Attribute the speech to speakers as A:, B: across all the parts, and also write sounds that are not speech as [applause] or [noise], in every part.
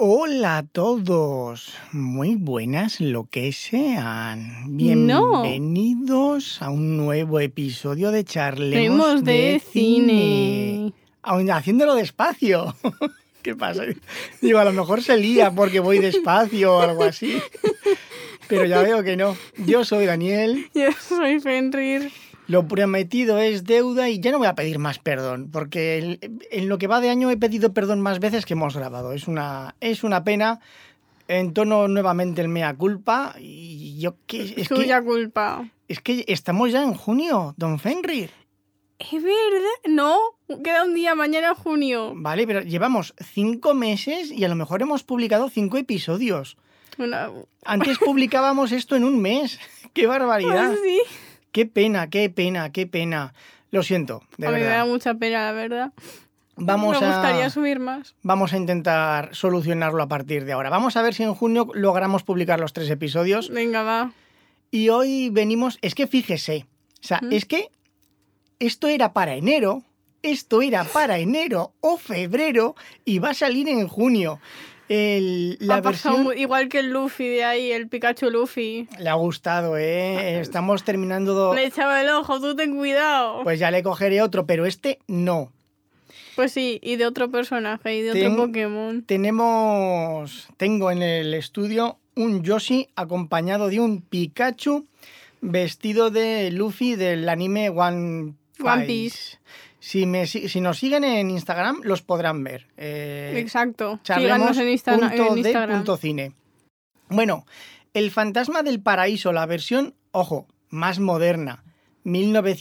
A: Hola a todos, muy buenas lo que sean.
B: No.
A: Bienvenidos a un nuevo episodio de Charlemos
B: Hablemos de cine.
A: Aun Haciéndolo despacio. [laughs] ¿Qué pasa? Digo, a lo mejor se lía porque voy despacio o algo así. Pero ya veo que no. Yo soy Daniel,
B: Yo soy Fenrir.
A: lo prometido es deuda y ya no voy a pedir más perdón, porque el- en lo que va de año he pedido perdón más veces que hemos grabado. Es una, es una pena. Entono nuevamente el mea culpa y yo que es, que
B: Tuya culpa.
A: es que estamos ya en junio, don Fenrir.
B: Es verdad. No, queda un día, mañana es junio.
A: Vale, pero llevamos cinco meses y a lo mejor hemos publicado cinco episodios.
B: Una...
A: Antes publicábamos esto en un mes. [laughs] ¡Qué barbaridad!
B: Ah, sí.
A: ¡Qué pena, qué pena, qué pena! Lo siento, de
B: a mí me da
A: verdad.
B: mucha pena, la verdad.
A: Vamos
B: me
A: a...
B: gustaría subir más.
A: Vamos a intentar solucionarlo a partir de ahora. Vamos a ver si en junio logramos publicar los tres episodios.
B: Venga, va.
A: Y hoy venimos, es que fíjese, o sea,
B: ¿Mm?
A: es que esto era para enero, esto era para enero o febrero y va a salir en junio. El- la
B: Ha pasado
A: versión
B: mu- igual que el Luffy de ahí, el Pikachu Luffy.
A: le ha gustado, ¿eh? Estamos terminando. do-
B: Ah, Le echaba el ojo, tú ten cuidado. Pues,
A: Oh. Pues ya le cogeré otro, pero este no.
B: sí, y de otro personaje, y de
A: Ten-
B: otro Pokémon.
A: Tenemos, tengo en el estudio un Yoshi acompañado de un Pikachu vestido de Luffy del anime One Piece.
B: One Piece.
A: Si, me si- si nos siguen en Instagram, los podrán ver. Eh,
B: Exacto.
A: charlemos
B: Síganos en, Instagram
A: punto
B: en
A: de
B: Instagram.
A: punto cine. Bueno, El Fantasma del Paraíso, la versión, ojo, más moderna,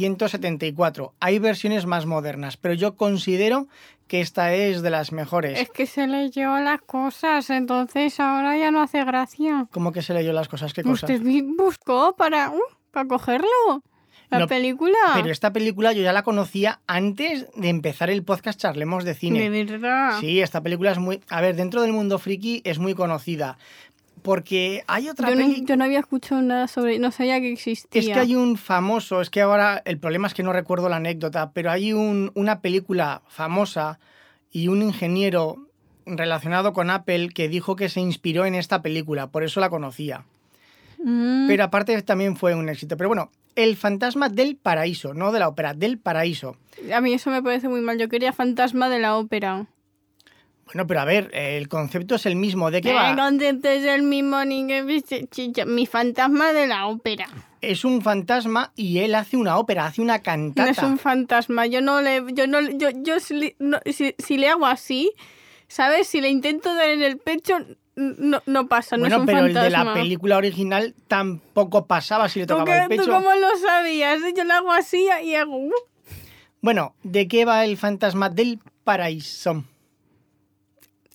A: 1974. Hay versiones más modernas, pero yo considero que esta es de las mejores.
B: Es que se leyó las cosas, entonces ahora ya no hace gracia.
A: ¿Cómo que se leyó las cosas? ¿Qué cosas?
B: Usted bi- buscó para, uh, para cogerlo. La
A: No,
B: película.
A: Pero esta película yo ya la conocía antes de empezar el podcast Charlemos de Cine.
B: De verdad.
A: Sí, esta película es muy... A ver, dentro del mundo friki es muy conocida. Porque hay otra
B: Yo no,
A: peli-
B: yo no había escuchado nada sobre. No sabía que existía.
A: Es que hay un famoso, es que ahora el problema es que no recuerdo la anécdota, pero hay un- una película famosa y un ingeniero relacionado con Apple que dijo que se inspiró en esta película, por eso la conocía.
B: Mm,
A: Pero aparte también fue un éxito. Pero bueno, El fantasma del paraíso, no de la ópera, del paraíso.
B: A mí eso me parece muy mal. Yo quería Fantasma de la Ópera.
A: Bueno, pero a ver, el concepto es el mismo. ¿De qué
B: El
A: va?
B: concepto Eh, este es el mismo. ni que viste, chicha. Mi Fantasma de la Ópera.
A: Es un fantasma y él hace una ópera, hace una cantata.
B: No es un fantasma. Yo no le. Yo no, yo, yo si, le- no- si- si le hago así, ¿sabes? Si le intento dar en el pecho, n- no, no pasa, no
A: bueno,
B: es un
A: pero
B: fantasma.
A: el de la película original tampoco pasaba si le
B: ¿Tú,
A: tocaba
B: qué-
A: el pecho.
B: tú cómo lo sabías? ¿eh? Yo le hago así y hago. uh.
A: Bueno, ¿de qué va el fantasma del paraíso?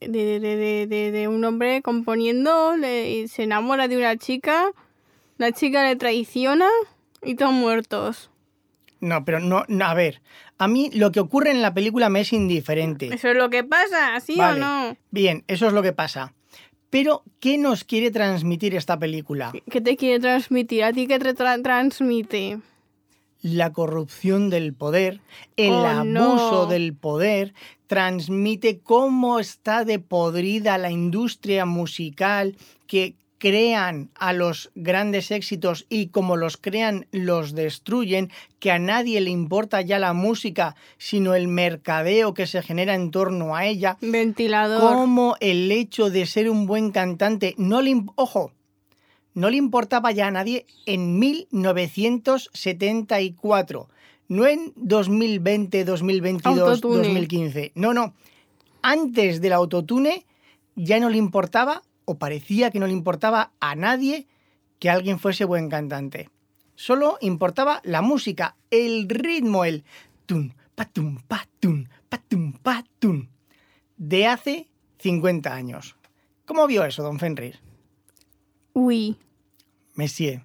B: De, de- de- de- de- de un hombre componiendo, le- y se enamora de una chica, la chica le traiciona y todos muertos.
A: No, pero no, no, a ver, a mí lo que ocurre en la película me es indiferente.
B: Eso es lo que pasa, ¿sí
A: Vale.
B: o no?
A: Bien, eso es lo que pasa. Pero, ¿qué nos quiere transmitir esta película?
B: ¿Qué te quiere transmitir? ¿A ti qué te tra- transmite?
A: La corrupción del poder, el
B: Oh, no.
A: abuso del poder, transmite cómo está de podrida la industria musical que crean a los grandes éxitos y como los crean los destruyen, que a nadie le importa ya la música, sino el mercadeo que se genera en torno a ella,
B: Ventilador.
A: como el hecho de ser un buen cantante no le im- ojo no le importaba ya a nadie en 1974 no en 2020 2022
B: Autotune.
A: 2015 no no antes del autotune ya no le importaba o parecía que no le importaba a nadie que alguien fuese buen cantante solo importaba la música el ritmo el tun patum patum patum patum de hace 50 años. ¿Cómo vio eso, don Fenrir?
B: Uy.
A: Messier.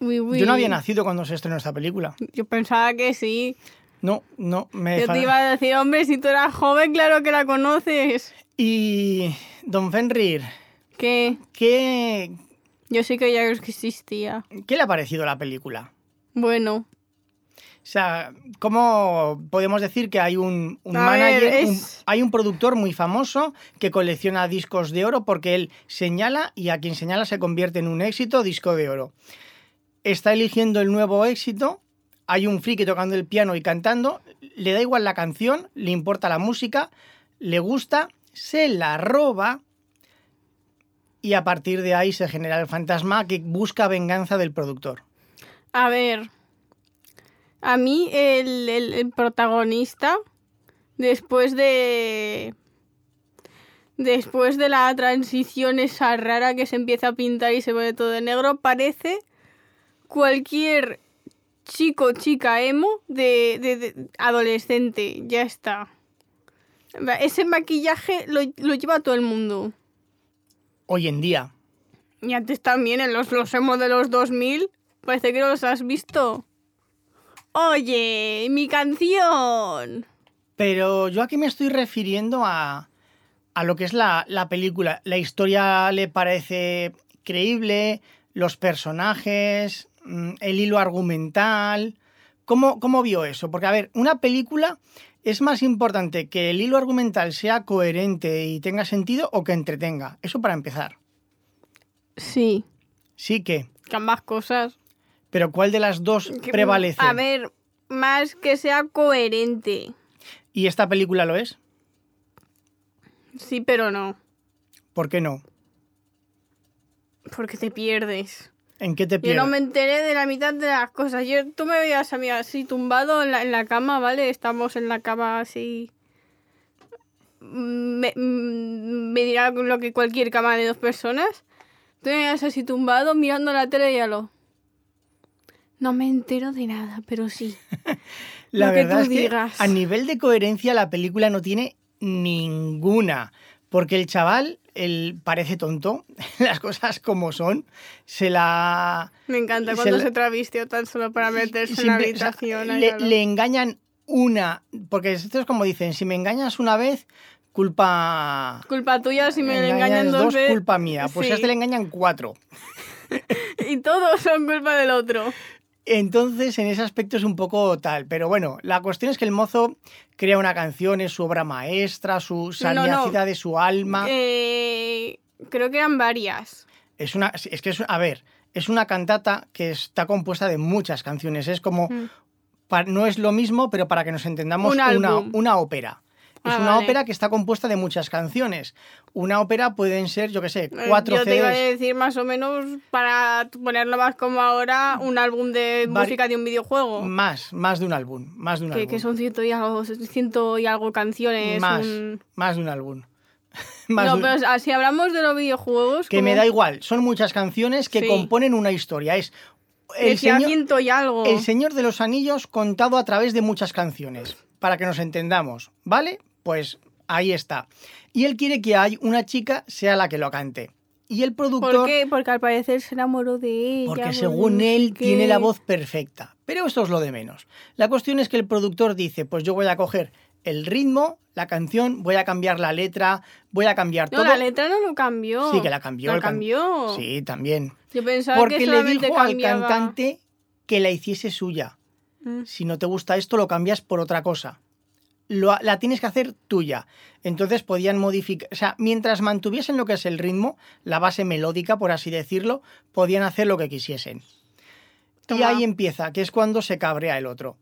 B: Uy, uy.
A: Yo no había nacido cuando se estrenó esta película.
B: Yo pensaba que sí.
A: No, no, me...
B: Yo
A: fa-
B: te iba a decir, hombre, si tú eras joven, claro que la conoces.
A: Y, don Fenrir,
B: Que
A: ¿qué,
B: yo sí que ya existía.
A: ¿qué le ha parecido la película?
B: Bueno,
A: O sea, ¿cómo podemos decir que hay un, un
B: A ver,
A: manager,
B: es-
A: un- hay un productor muy famoso que colecciona discos de oro porque él señala y a quien señala se convierte en un éxito, disco de oro? Está eligiendo el nuevo éxito, hay un friki tocando el piano y cantando, le da igual la canción, le importa la música, le gusta, se la roba y a partir de ahí se genera el fantasma que busca venganza del productor.
B: A ver, a mí el, el- el protagonista, después de... Después de la transición esa rara que se empieza a pintar y se pone todo de negro, parece cualquier chico, chica emo de, de- de adolescente. Ya está. Ese maquillaje lo, lo lleva todo el mundo.
A: Hoy en día.
B: Y antes también, en los, los emo de los 2000, parece que no los has visto. Oye, mi canción.
A: Pero yo aquí me estoy refiriendo a, a lo que es la, la película. La historia le parece creíble, los personajes, mm, el hilo argumental. ¿Cómo, ¿Cómo vio eso? Porque, a ver, una película es más importante que el hilo argumental sea coherente y tenga sentido o que entretenga. Eso para empezar.
B: Sí,
A: Sí que.
B: que ambas cosas.
A: Pero ¿cuál de las dos
B: Que-
A: prevalece?
B: A ver, más que sea coherente.
A: ¿Y esta película lo es?
B: Sí, pero no.
A: ¿Por qué no?
B: Porque te pierdes.
A: ¿En qué te
B: Yo
A: pierdes?
B: no me enteré de la mitad de las cosas. Yo, tú me veías a mí así tumbado en la, en la cama, ¿vale? Estamos en la cama así. Mm, Me, mm, me dirá lo que cualquier cama de dos personas. Tú me veías así tumbado mirando la tele y a lo. No me entero de nada, pero sí.
A: La
B: Lo que
A: verdad
B: tú
A: es que
B: digas.
A: a nivel de coherencia la película no tiene ninguna, porque el chaval, él parece tonto, [laughs] las cosas como son, se la
B: Me encanta
A: Se
B: cuando
A: la-
B: se, traviste tan solo para meterse en la
A: siempre- o sea,
B: habitación. ahí a
A: le,
B: lo-
A: le engañan una, porque esto es como dicen, si me engañas una vez, culpa
B: Culpa tuya si me
A: engañas
B: engañan dos veces.
A: culpa mía, pues
B: Sí.
A: a este le engañan cuatro.
B: [laughs] Y todos son culpa del otro.
A: Entonces, en ese aspecto es un poco tal, pero bueno, la cuestión es que el mozo crea una canción, es su obra maestra, su
B: No, no, no.
A: sagacidad de su alma.
B: Eh, creo que eran varias.
A: Es una. Es que es. A ver, es una cantata que está compuesta de muchas canciones. Es como.
B: Mm.
A: pa- no es lo mismo, pero para que nos entendamos,
B: Un
A: una,
B: álbum.
A: una ópera. Es
B: Ah,
A: una
B: vale.
A: ópera que está compuesta de muchas canciones. Una ópera pueden ser, yo qué sé,
B: Eh,
A: cuatro
B: Yo te iba a
A: CDs.
B: decir más o menos, para ponerlo más como ahora, un álbum de
A: Vari-
B: música de un videojuego.
A: Más, más de un álbum. Más de un
B: Que,
A: álbum.
B: que son ciento y algo, ciento y algo canciones.
A: más,
B: un-
A: más de un álbum. [laughs] Más de
B: no,
A: un-
B: pero ah, si hablamos de los videojuegos.
A: Que me
B: como
A: da igual. Son muchas canciones que
B: Sí.
A: componen una historia. Es. El
B: decía
A: señor,
B: ciento y algo.
A: El Señor de los Anillos contado a través de muchas canciones, para que nos entendamos, ¿vale? Pues ahí está. Y él quiere que hay una chica sea la que lo cante. Y el productor,
B: ¿Por qué? Porque al parecer se enamoró de ella.
A: porque
B: por
A: según
B: no sé
A: él
B: qué.
A: tiene la voz perfecta, pero esto es lo de menos. La cuestión es que el productor dice, pues yo voy a coger el ritmo, la canción, voy a cambiar la letra, voy a cambiar
B: No,
A: todo.
B: la letra no lo cambió.
A: Sí, que la cambió,
B: La
A: el can-
B: cambió.
A: Sí, también.
B: Yo pensaba
A: Porque
B: que
A: le
B: solamente
A: dijo
B: cambiaba...
A: al cantante que la hiciese suya.
B: Mm.
A: si no te gusta esto, lo cambias por otra cosa. Lo- la tienes que hacer tuya. Entonces podían modificar, o sea, mientras mantuviesen lo que es el ritmo, la base melódica, por así decirlo, podían hacer lo que quisiesen. Y
B: Toma.
A: ahí empieza, que es cuando se cabrea el otro.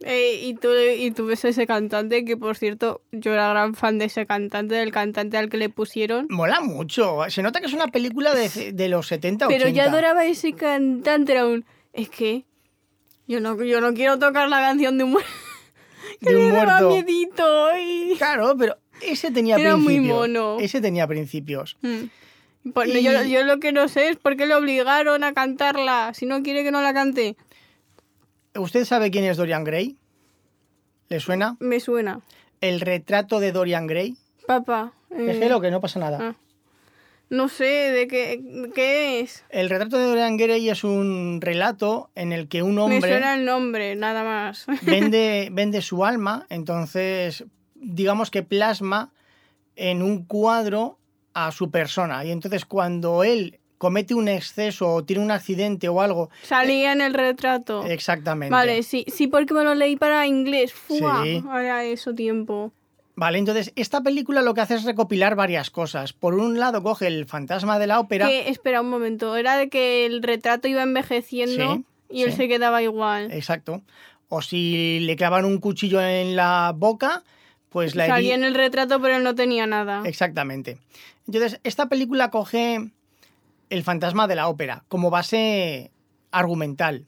B: Eh, y, tú, y tú ves a ese cantante, que por cierto, yo era gran fan de ese cantante, del cantante al que le pusieron.
A: Mola mucho, se nota que es una película de, de los 70
B: Pero
A: 80.
B: yo adoraba a ese cantante, era un... Es que yo no, yo no quiero tocar la canción de un, muer- [laughs] que
A: de un
B: [laughs] me daba
A: muerto.
B: miedito. y-
A: Claro, pero ese tenía
B: Era muy
A: principios.
B: mono.
A: Ese tenía principios.
B: Mm. [laughs] Pues no,
A: Y-
B: yo, yo lo que no sé es por qué le obligaron a cantarla, si no quiere que no la cante.
A: ¿Usted sabe quién es Dorian Gray? ¿Le suena?
B: Me suena.
A: El retrato de Dorian Gray.
B: Papá. eh,
A: Déjelo que no pasa nada.
B: ah. no sé de qué, qué es.
A: El retrato de Dorian Gray es un relato en el que un
B: Me
A: hombre
B: suena el nombre, nada más.
A: [laughs]
B: [laughs]
A: vende, vende su alma, entonces digamos que plasma en un cuadro a su persona. Y entonces cuando él comete un exceso o tiene un accidente o algo.
B: Salía en el retrato.
A: Exactamente.
B: Vale, sí, sí, porque me lo leí para inglés. Fua,
A: Sí.
B: ahora eso tiempo.
A: Vale, entonces esta película lo que hace es recopilar varias cosas. Por un lado coge el fantasma de la ópera.
B: Que, espera un momento, era de que el retrato iba envejeciendo
A: Sí,
B: y él
A: sí. Eh,
B: se quedaba igual.
A: Exacto. O si le clavan un cuchillo en la boca, pues la Eh,
B: Salía
A: heri-
B: en el retrato, pero él no tenía nada.
A: Exactamente. Entonces, esta película coge el fantasma de la ópera como base argumental.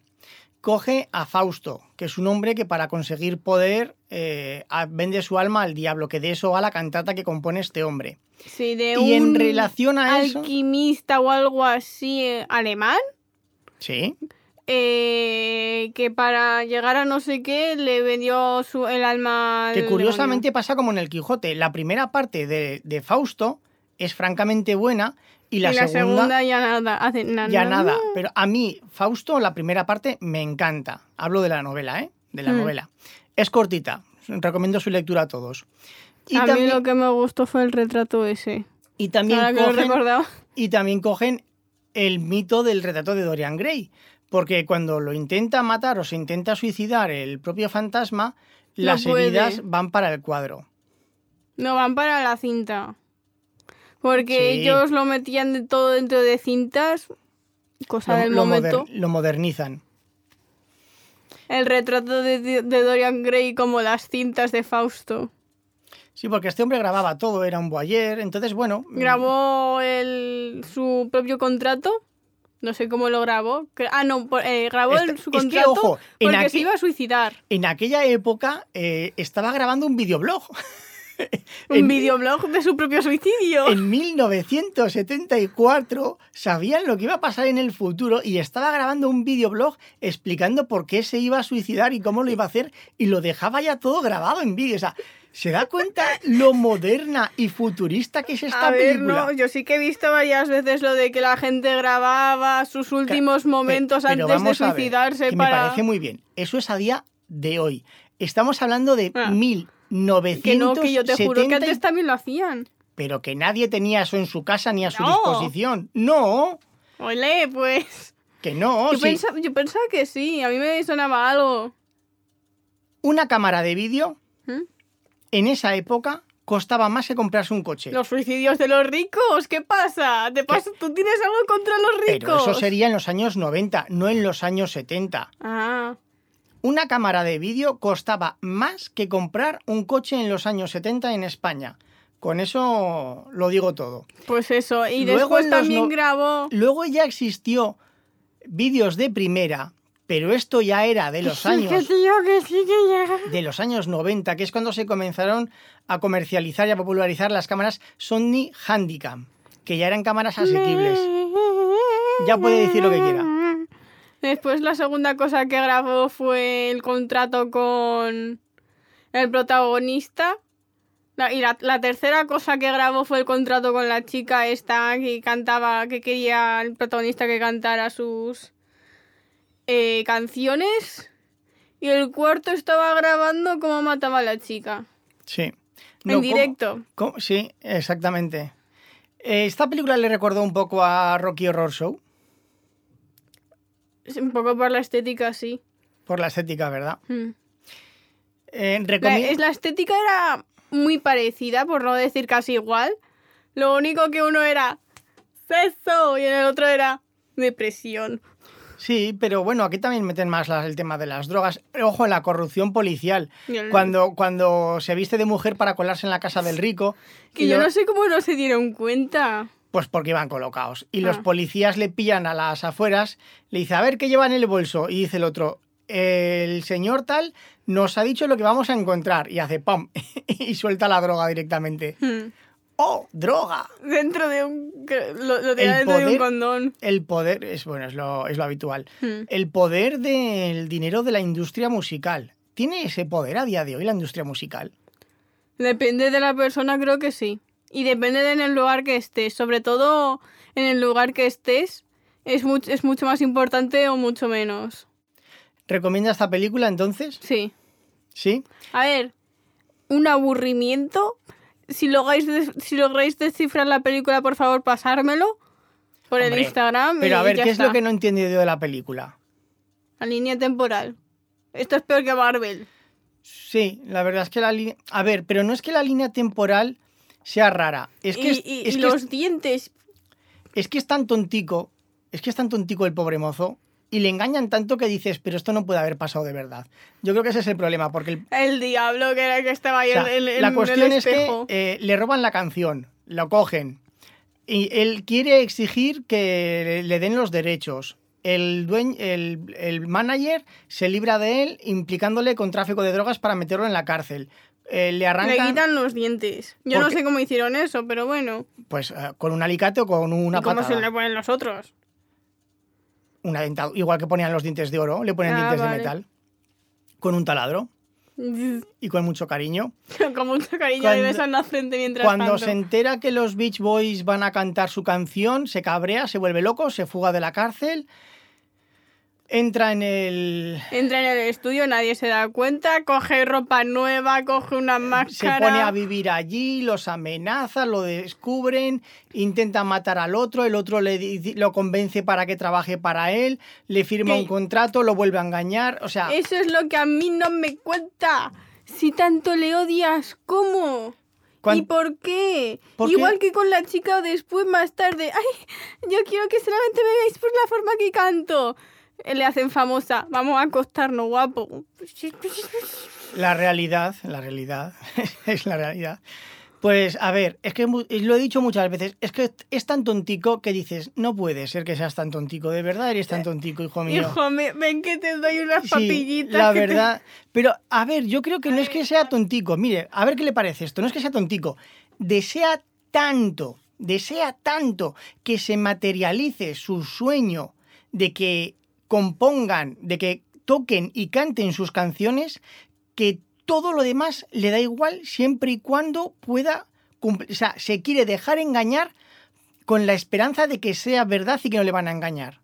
A: Coge a Fausto, que es un hombre que para conseguir poder eh, a- vende su alma al diablo, que de eso va la cantata que compone este hombre.
B: Sí, de
A: y en
B: un
A: relación a eso...
B: alquimista o algo así eh, alemán.
A: Sí,
B: eh, que para llegar a no sé qué le vendió su, el alma. al
A: que
B: demonio.
A: curiosamente pasa como en el Quijote. La primera parte de, de Fausto es francamente buena y
B: Y
A: la, segunda
B: ya nada. Hace na-
A: Ya
B: na-
A: nada,
B: na.
A: pero a mí, Fausto, la primera parte me encanta. Hablo de la novela, ¿eh? De la
B: Mm.
A: novela. Es cortita, recomiendo su lectura a todos. Y
B: a
A: también,
B: mí lo que me gustó fue el retrato ese.
A: y, también
B: Ahora que lo he
A: cogen,
B: recordado.
A: y también cogen el mito del retrato de Dorian Gray, porque cuando lo intenta matar o se intenta suicidar el propio fantasma,
B: No
A: las
B: puede.
A: heridas van para el cuadro.
B: No, van para la cinta. Porque
A: Sí.
B: ellos lo metían de todo dentro de cintas. Cosa
A: Lo,
B: del
A: lo moder-
B: momento.
A: lo modernizan.
B: El retrato de, de Dorian Gray como las cintas de Fausto.
A: Sí, porque este hombre grababa todo, era un boyer, entonces bueno...
B: Grabó el, su propio contrato. No sé cómo lo grabó. Cre- Ah, no, por- eh, grabó
A: Esta-
B: el- su
A: este, es que,
B: contrato
A: ojo, en
B: porque se
A: aquel-
B: iba a suicidar.
A: En aquella época eh, estaba grabando un
B: [laughs]
A: videoblog.
B: Un
A: En-
B: videoblog de su propio suicidio.
A: En 1974 sabían lo que iba a pasar en el futuro y estaba grabando un videoblog explicando por qué se iba a suicidar y cómo lo iba a hacer y lo dejaba ya todo grabado en vídeo. O sea, ¿se da cuenta lo moderna y futurista que es esta
B: a ver,
A: película?
B: no, yo sí que he visto varias veces lo de que la gente grababa sus últimos
A: Pe-
B: momentos
A: pero
B: antes de
A: vamos a ver,
B: suicidarse
A: que
B: para
A: Me parece muy bien. Eso es a día de hoy. Estamos hablando de
B: Ah.
A: 1970
B: que no, que yo te juro que antes también lo hacían.
A: pero que nadie tenía eso en su casa ni a su
B: No.
A: disposición. No,
B: Ole, pues.
A: que no.
B: yo,
A: sí.
B: pensa- yo pensaba que sí, a mí me sonaba algo.
A: Una cámara de vídeo
B: ¿Mm?
A: en esa época costaba más que comprarse un coche.
B: Los suicidios de los ricos, ¿qué pasa? ¿Te pasa? ¿Tú tienes algo contra los
A: pero
B: ricos?
A: eso sería en los años 90, no en los años 70.
B: Ah,
A: Una cámara de vídeo costaba más que comprar un coche en los años 70 en España. Con eso lo digo todo.
B: pues eso. Y
A: Luego
B: después
A: en los
B: también
A: no-
B: grabó.
A: Luego ya existió vídeos de primera, pero esto ya era de los
B: [laughs] Sí, que
A: años
B: tío, que sí, que ya.
A: de los años 90, que es cuando se comenzaron a comercializar y a popularizar las cámaras Sony Handycam, que ya eran cámaras asequibles.
B: Mm.
A: Ya puede decir lo que quiera.
B: Después la segunda cosa que grabó fue el contrato con el protagonista. La- y la, la tercera cosa que grabó fue el contrato con la chica esta que cantaba, que quería el protagonista que cantara sus eh, canciones. Y el cuarto estaba grabando cómo mataba a la chica.
A: Sí.
B: en
A: ¿cómo-
B: directo.
A: cómo- Sí, exactamente. Eh, Esta película le recordó un poco a Rocky Horror Show,
B: Es Un poco por la estética, sí.
A: por la estética, ¿verdad?
B: Mm.
A: Eh,
B: La,
A: recomi-
B: es- la estética era muy parecida, por no decir casi igual. Lo único que uno era sexo y en el otro era depresión.
A: Sí, pero bueno, aquí también meten más las- el tema de las drogas. Ojo, la corrupción policial.
B: Y el-
A: Cuando, cuando se viste de mujer para colarse en la casa del rico.
B: que
A: y
B: yo
A: lo-
B: no sé cómo no se dieron cuenta.
A: Pues porque iban colocados. Y los
B: Ah.
A: policías le pillan a las afueras, le dice, a ver qué lleva en el bolso. Y dice el otro, el señor tal nos ha dicho lo que vamos a encontrar. Y hace pam, [laughs] y suelta la droga directamente.
B: Mm.
A: ¡Oh, droga!
B: Dentro de un. que Lo, lo
A: El
B: tenía dentro de un
A: poder-
B: condón.
A: El poder, es bueno, es lo, es lo habitual.
B: Mm.
A: El poder del dinero de la industria musical. ¿Tiene ese poder a día de hoy la industria musical?
B: Depende de la persona, creo que sí. Y depende de en el lugar que estés. Sobre todo en el lugar que estés, es, much- es mucho más importante o mucho menos.
A: ¿Recomienda esta película entonces?
B: Sí.
A: ¿Sí?
B: A ver, un aburrimiento. Si lográis, des- si lográis descifrar la película, por favor, pasármelo. por el
A: Hombre,
B: Instagram.
A: Pero a
B: y
A: ver,
B: ya
A: ¿qué es lo
B: está.
A: que no he entendido de la película?
B: La línea temporal. Esto es peor que Marvel.
A: Sí, la verdad es que la línea... A ver, pero no es que la línea temporal sea rara. Es que,
B: y
A: es,
B: y-
A: es
B: y
A: que es-
B: los dientes.
A: es que es tan tontico, es que es tan tontico el pobre mozo, y le engañan tanto que dices, pero esto no puede haber pasado de verdad. Yo creo que ese es el problema, porque el-
B: El diablo que era el que estaba ahí
A: o sea,
B: en, en- en
A: la cuestión
B: el
A: es que
B: espejo.
A: eh, le roban la canción, lo cogen, y él quiere exigir que le den los derechos. El, dueño, el, el manager se libra de él implicándole con tráfico de drogas para meterlo en la cárcel. Eh, le
B: Le
A: arrancan
B: quitan los dientes. Yo no
A: Porque-
B: sé cómo hicieron eso, pero bueno.
A: pues, eh, con un alicate o con una
B: ¿Y cómo
A: patada.
B: se le ponen los otros? [laughs]
A: una dentado- igual que ponían los dientes de oro, le ponen
B: Ah,
A: dientes de
B: vale.
A: metal con un taladro y con mucho cariño.
B: Con mucho cariño
A: Cuando-
B: le besan la frente mientras
A: Cuando
B: tanto.
A: se entera que los Beach Boys van a cantar su canción, se cabrea, se vuelve loco, se fuga de la cárcel, entra en el...
B: Entra en el estudio, nadie se da cuenta, coge ropa nueva, coge una
A: Se
B: máscara.
A: pone a vivir allí, los amenaza, lo descubren, intenta matar al otro, el otro le di- lo convence para que trabaje para él, le firma
B: Que-
A: un contrato, lo vuelve a engañar, o sea...
B: Eso es lo que a mí no me cuenta. Si tanto le odias, ¿cómo?
A: cuan-
B: ¿Y por qué?
A: ¿Por
B: Igual que con la chica después, más tarde. Ay, yo quiero que solamente me veáis por la forma que canto. Eh, Le hacen famosa. Vamos a acostarnos, guapo.
A: La realidad, la realidad, [laughs] es la realidad. Pues a ver, es que mu- lo he dicho muchas veces, es que es tan tontico que dices, no puede ser que seas tan tontico, de verdad eres tan tontico, hijo mío.
B: Hijo, me- ven que te doy unas
A: Sí,
B: papillitas.
A: la
B: que te-
A: verdad. Pero a ver, yo creo que no es que sea tontico, mire, a ver qué le parece esto, no es que sea tontico, desea tanto, desea tanto que se materialice su sueño de que compongan, de que toquen y canten sus canciones, que todo lo demás le da igual siempre y cuando pueda cumplir. O sea, se quiere dejar engañar con la esperanza de que sea verdad y que no le van a engañar.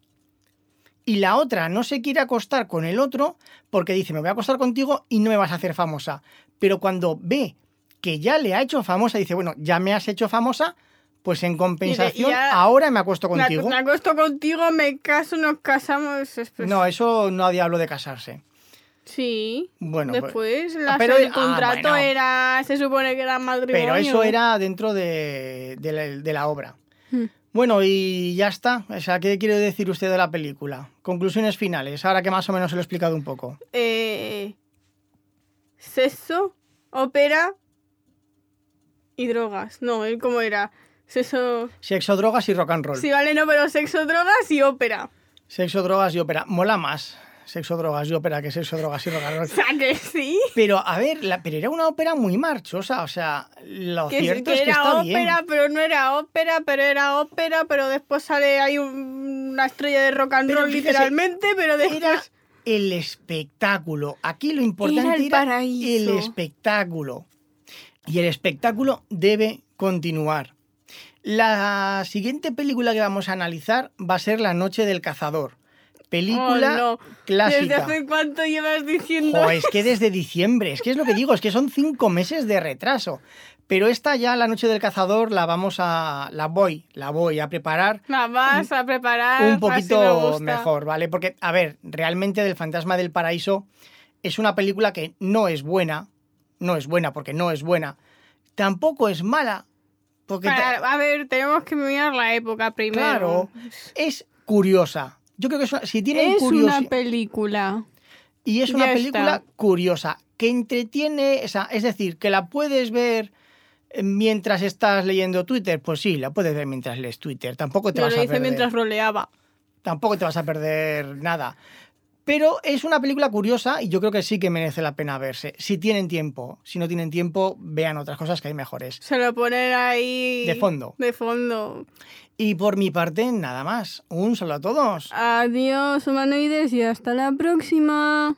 A: Y la otra no se quiere acostar con el otro porque dice, me voy a acostar contigo y no me vas a hacer famosa. Pero cuando ve que ya le ha hecho famosa, dice, bueno, ya me has hecho famosa, pues en compensación
B: ya-
A: ahora me acuesto
B: Me ac-
A: contigo.
B: Me acuesto contigo, me caso, nos casamos. es- pues-
A: No, eh. eso nadie habló de casarse.
B: Sí.
A: Bueno, pues-
B: Después, la-
A: pero-
B: el
A: ah,
B: contrato
A: bueno.
B: era. Se supone que era matrimonio.
A: pero eso era dentro de, de la, de la obra.
B: Hmm.
A: Bueno, y ya está. O sea, ¿qué quiere decir usted de la película? Conclusiones finales, ahora que más o menos se lo he explicado un poco.
B: Eh, sexo, ópera y drogas. No, él cómo era. Sexo.
A: Sexo, drogas y rock and roll.
B: Sí, vale, no, pero sexo, drogas y ópera.
A: Sexo, drogas y ópera. Mola más sexo, drogas y ópera que sexo, drogas y rock and roll.
B: O sea que sí.
A: Pero, a ver, la, pero era una ópera muy marchosa. O sea, lo
B: Que,
A: cierto
B: que
A: es que
B: era
A: está bien.
B: ópera, pero no era ópera, pero era ópera, pero después sale ahí un- una estrella de rock and
A: Pero
B: roll,
A: fíjese,
B: literalmente, pero después.
A: era el espectáculo. Aquí lo
B: Era
A: importante
B: el
A: era
B: paraíso.
A: el espectáculo. Y el espectáculo debe continuar. La siguiente película que vamos a analizar va a ser La Noche del Cazador. Película
B: Oh, no. ¿Desde
A: clásica.
B: hace cuánto llevas diciendo?
A: Jo, es que desde diciembre, es que es lo que digo, es que son cinco meses de retraso. Pero esta ya, La Noche del Cazador, la vamos a. la voy, la voy a preparar
B: La vas a preparar.
A: un
B: así Ah, me
A: poquito
B: gusta.
A: mejor, ¿vale? Porque, a ver, realmente del Fantasma del Paraíso es una película que no es buena, no es buena porque no es buena, tampoco es mala, porque ta-
B: Para- a ver, tenemos que mirar la época
A: claro,
B: primero.
A: es curiosa. Yo creo que es una- si tienen
B: Es
A: curiosidad...
B: una película.
A: Y es una
B: Ya
A: película
B: está.
A: curiosa, que entretiene, o sea, es decir, que la puedes ver eh, mientras estás leyendo Twitter, pues sí, la puedes ver mientras lees Twitter, tampoco te
B: Yo
A: vas
B: lo
A: a
B: hice
A: perder.
B: mientras roleaba.
A: Tampoco te vas a perder nada. Pero es una película curiosa y yo creo que sí que merece la pena verse. Si tienen tiempo, si no tienen tiempo, vean otras cosas que hay mejores.
B: Se lo ponen ahí.
A: De fondo.
B: De fondo.
A: Y por mi parte, nada más. Un saludo a todos.
B: Adiós, humanoides, y hasta la próxima.